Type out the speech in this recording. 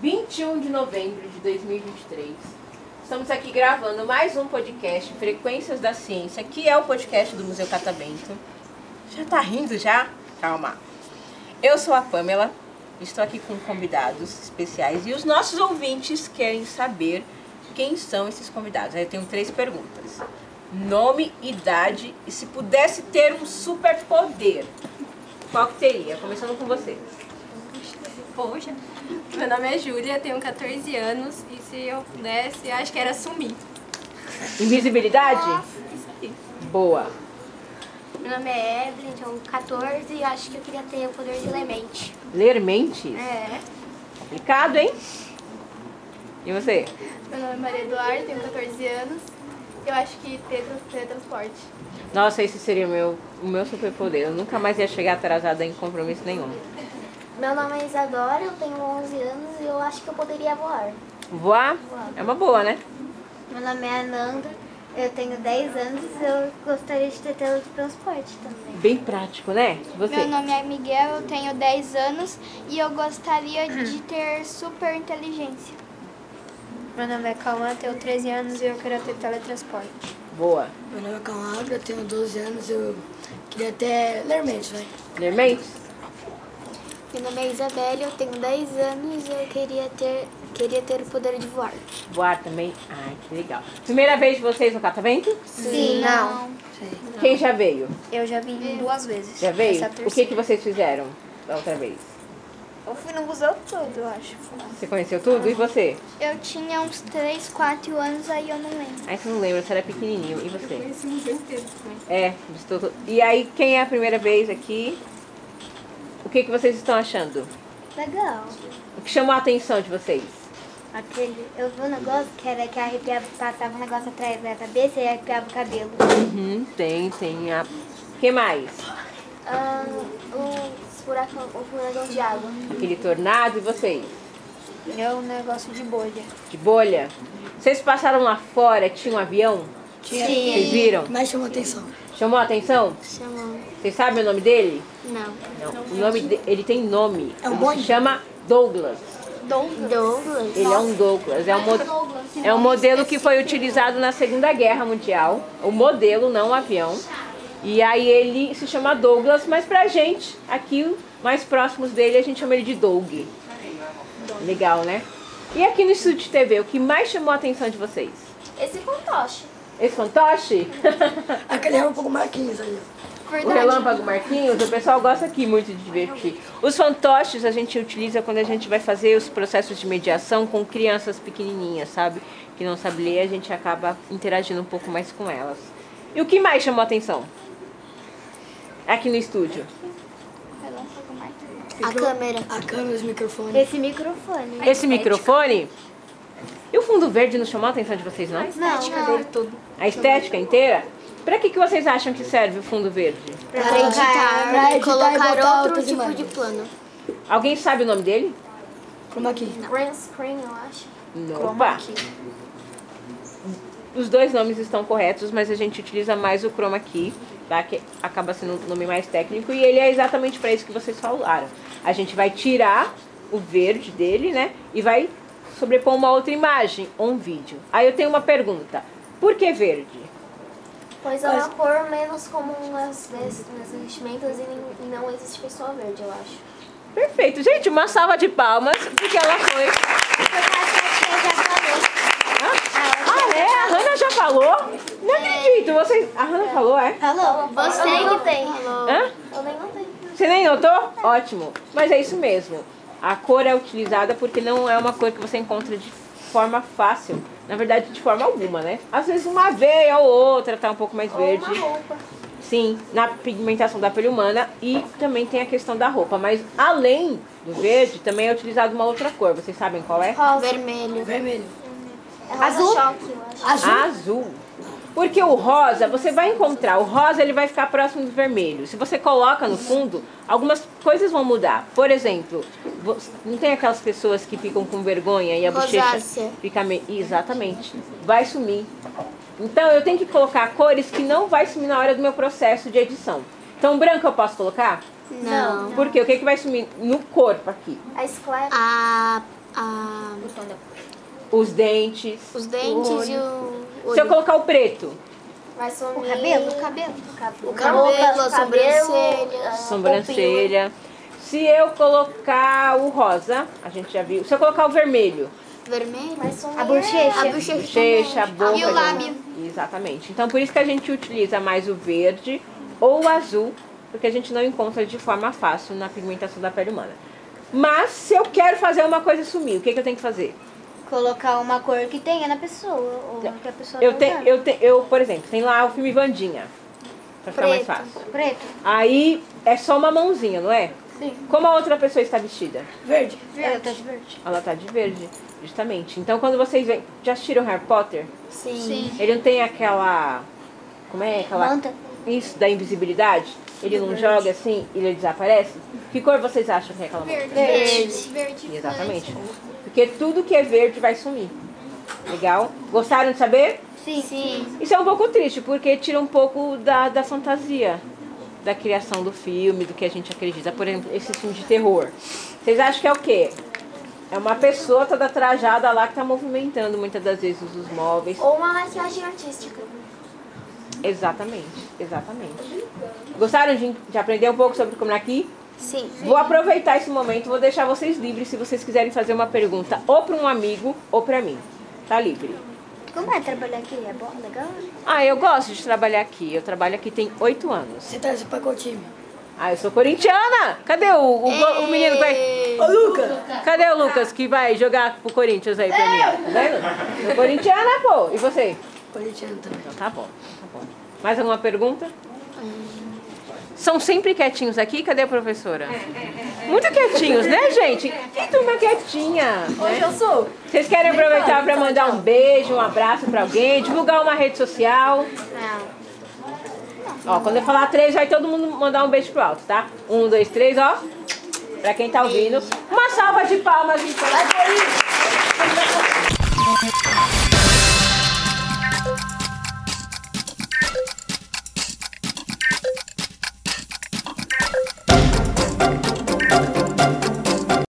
21 de novembro de 2023. Estamos aqui gravando mais um podcast, Frequências da Ciência, que é o podcast do Museu Catavento. Já tá rindo já? Calma. Eu sou a Pamela, estou aqui com convidados especiais e os nossos ouvintes querem saber quem são esses convidados. Aí eu tenho três perguntas. Nome, idade e se pudesse ter um superpoder, qual que teria? Começando com você. Poxa, meu nome é Júlia, tenho 14 anos e se eu pudesse, acho que era sumir. Invisibilidade? Isso aí. Boa. Meu nome é Evelyn, tenho 14 e acho que eu queria ter o poder de lemente. Ler mentes? É. Complicado, hein? E você? Meu nome é Maria Eduardo, tenho 14 anos. Eu acho que ter teletransporte. Nossa, esse seria o meu, o meu superpoder. Eu nunca mais ia chegar atrasada em compromisso nenhum. Meu nome é Isadora, eu tenho 11 anos e eu acho que eu poderia voar. Voar é uma boa, né? Meu nome é Anandra, eu tenho 10 anos e eu gostaria de ter teletransporte também. Bem prático, né? Você? Meu nome é Miguel, eu tenho 10 anos e eu gostaria de ter super inteligência. Meu nome é Cauã, tenho 13 anos e eu quero ter teletransporte. Boa. Meu nome é Calabria, eu tenho 12 anos, eu queria até ler mentes, vai. Ler mentes? Meu nome é Isabelle, eu tenho 10 anos e eu queria ter, queria ter o poder de voar. Voar também? Ai, que legal. Primeira vez de vocês no catavento? Sim. Não, Quem já veio? eu já vim duas vezes. Já veio? Essa é a O que, terceira. que vocês fizeram da outra vez? Eu fui no museu todo, eu acho. Você conheceu tudo? E você? Eu tinha uns 3, 4 anos, aí eu não lembro. Aí você não lembra, você era pequenininho. E você? Conheci o museu inteiro né? também. É, estou... E aí, quem é a primeira vez aqui? O que, que vocês estão achando? Legal. O que chamou a atenção de vocês? Aquele, eu vi um negócio que era que arrepiava, passava um negócio atrás da cabeça e arrepiava o cabelo. Uhum, tem, tem a. que mais? Ah, o furacão, o furacão de água. Aquele tornado e vocês? É um negócio de bolha. De bolha? Vocês passaram lá fora, tinha um avião? Tinha. Vocês viram? Mas chamou atenção. Chamou a atenção? Chamou. Vocês sabem o nome dele? Não. Não. O nome de- ele tem nome. É um ele bonde? se chama Douglas. Douglas. Ele é um Douglas. É um, mo- é um modelo que foi utilizado na Segunda Guerra Mundial. O modelo, não o avião. E aí ele se chama Douglas, mas pra gente, aqui mais próximos dele, a gente chama ele de Doug. Legal, né? E aqui no estúdio de TV, o que mais chamou a atenção de vocês? Esse fantoche. Esse fantoche? Aquele relâmpago Marquinhos ali. ó. O Relâmpago Marquinhos, o pessoal gosta aqui muito de divertir. Os fantoches a gente utiliza quando a gente vai fazer os processos de mediação com crianças pequenininhas, sabe? Que não sabe ler, a gente acaba interagindo um pouco mais com elas. E o que mais chamou a atenção? Aqui no estúdio. A câmera. A câmera, os microfones. Esse microfone. Esse microfone. E o fundo verde não chamou a atenção de vocês, não? Não, não. A estética inteira? Pra que, que vocês acham que serve o fundo verde? Pra editar, pra editar e colocar tá botar outro outras tipo imagens. de plano. Alguém sabe o nome dele? Chroma key. Green screen, eu acho. Opa! Os dois nomes estão corretos, mas a gente utiliza mais o chroma key, tá? Que acaba sendo um nome mais técnico e ele é exatamente para isso que vocês falaram. A gente vai tirar o verde dele, né? E vai sobrepor uma outra imagem ou um vídeo. Aí eu tenho uma pergunta. Por que verde? Pois é uma cor menos comum nas, nas, nas vestimentas e, nem- e não existe pessoa verde, eu acho. Perfeito. Gente, uma salva de palmas, porque ela foi. Ah, é? A Hanna já falou? Não acredito. Vocês... A Hanna falou, é? Alô, você que tem. Hã? Eu nem notei. Você nem notou? Ótimo. Mas é isso mesmo. A cor é utilizada porque não é uma cor que você encontra de forma fácil. Na verdade, de forma alguma, né? Às vezes uma veia ou outra tá um pouco mais verde. Uma roupa. Sim, na pigmentação da pele humana e também tem a questão da roupa. Mas além do verde, também é utilizado uma outra cor. Vocês sabem qual é? Vermelho. Vermelho. É rosa choque, eu acho. Azul. Porque o rosa, você vai encontrar, o rosa ele vai ficar próximo do vermelho. Se você coloca no fundo, algumas coisas vão mudar. Por exemplo, vo- não tem aquelas pessoas que ficam com vergonha e a bochecha Rosácea. fica meio... Exatamente. Vai sumir. Então eu tenho que colocar cores que não vai sumir na hora do meu processo de edição. Então branco eu posso colocar? Não. Por quê? O que, que vai sumir no corpo aqui? A esclera, A, a, Os dentes. os dentes e o. Se eu colocar o preto, vai sumir. O cabelo, o cabelo. cabelo. O cabelo, a sobrancelha. ah, sobrancelha. Se eu colocar o rosa, a gente já viu. Se eu colocar o vermelho, vermelho. Vai sumir. A bochecha. A bochecha. bochecha, boca. E o lábio. Exatamente. Então por isso que a gente utiliza mais o verde ou o azul, porque a gente não encontra de forma fácil na pigmentação da pele humana. Mas se eu quero fazer uma coisa sumir, o que, que eu tenho que fazer? Colocar uma cor que tenha na pessoa, ou que a pessoa Eu, não tá. tenho, usa. eu, te, eu, por exemplo, tem lá o filme Vandinha. Pra ficar mais Preto. fácil. Preto. Aí é só uma mãozinha, não é? Sim. Como a outra pessoa está vestida? Verde. Eu tô de verde. Ela tá de verde, justamente. Então quando vocês vêm. Já assistiram Harry Potter? Sim. Ele não tem aquela. Como é? Aquela. Manta. Isso, da invisibilidade? Ele não joga assim e ele desaparece? Que cor vocês acham que é aquela manta? Verde. Verde. Exatamente. Porque tudo que é verde vai sumir. Legal? Gostaram de saber? Sim. Sim. Isso é um pouco triste, porque tira um pouco da, da fantasia da criação do filme, do que a gente acredita. Por exemplo, esse filme de terror. Vocês acham que é o quê? É uma pessoa toda trajada lá que tá movimentando muitas das vezes os móveis. Ou uma maquiagem artística. Exatamente, exatamente. Gostaram de, de aprender um pouco sobre como aqui? Sim. Vou aproveitar esse momento, vou deixar vocês livres se vocês quiserem fazer uma pergunta ou para um amigo ou para mim. Tá livre. Como é trabalhar aqui? É bom, legal? Ah, eu gosto de trabalhar aqui. Eu trabalho aqui tem oito anos. Você tá pra qual time? Ah, eu sou corintiana! Cadê o, o, go- o menino que vai. Ô, Luca! É! Cadê o Lucas que vai jogar pro Corinthians aí pra mim? Tá vendo? Sou corintiana, pô! E você? Corintiano também. Então tá bom, tá bom. Mais alguma pergunta? São sempre quietinhos aqui? Cadê a professora? Muito quietinhos, né, gente? Que turma quietinha! Hoje eu sou. Vocês querem aproveitar para mandar um beijo, um abraço para alguém, divulgar uma rede social? Ó, quando eu falar três, vai todo mundo mandar um beijo pro alto, tá? Um, dois, três, ó. Pra quem tá ouvindo. Uma salva de palmas, então.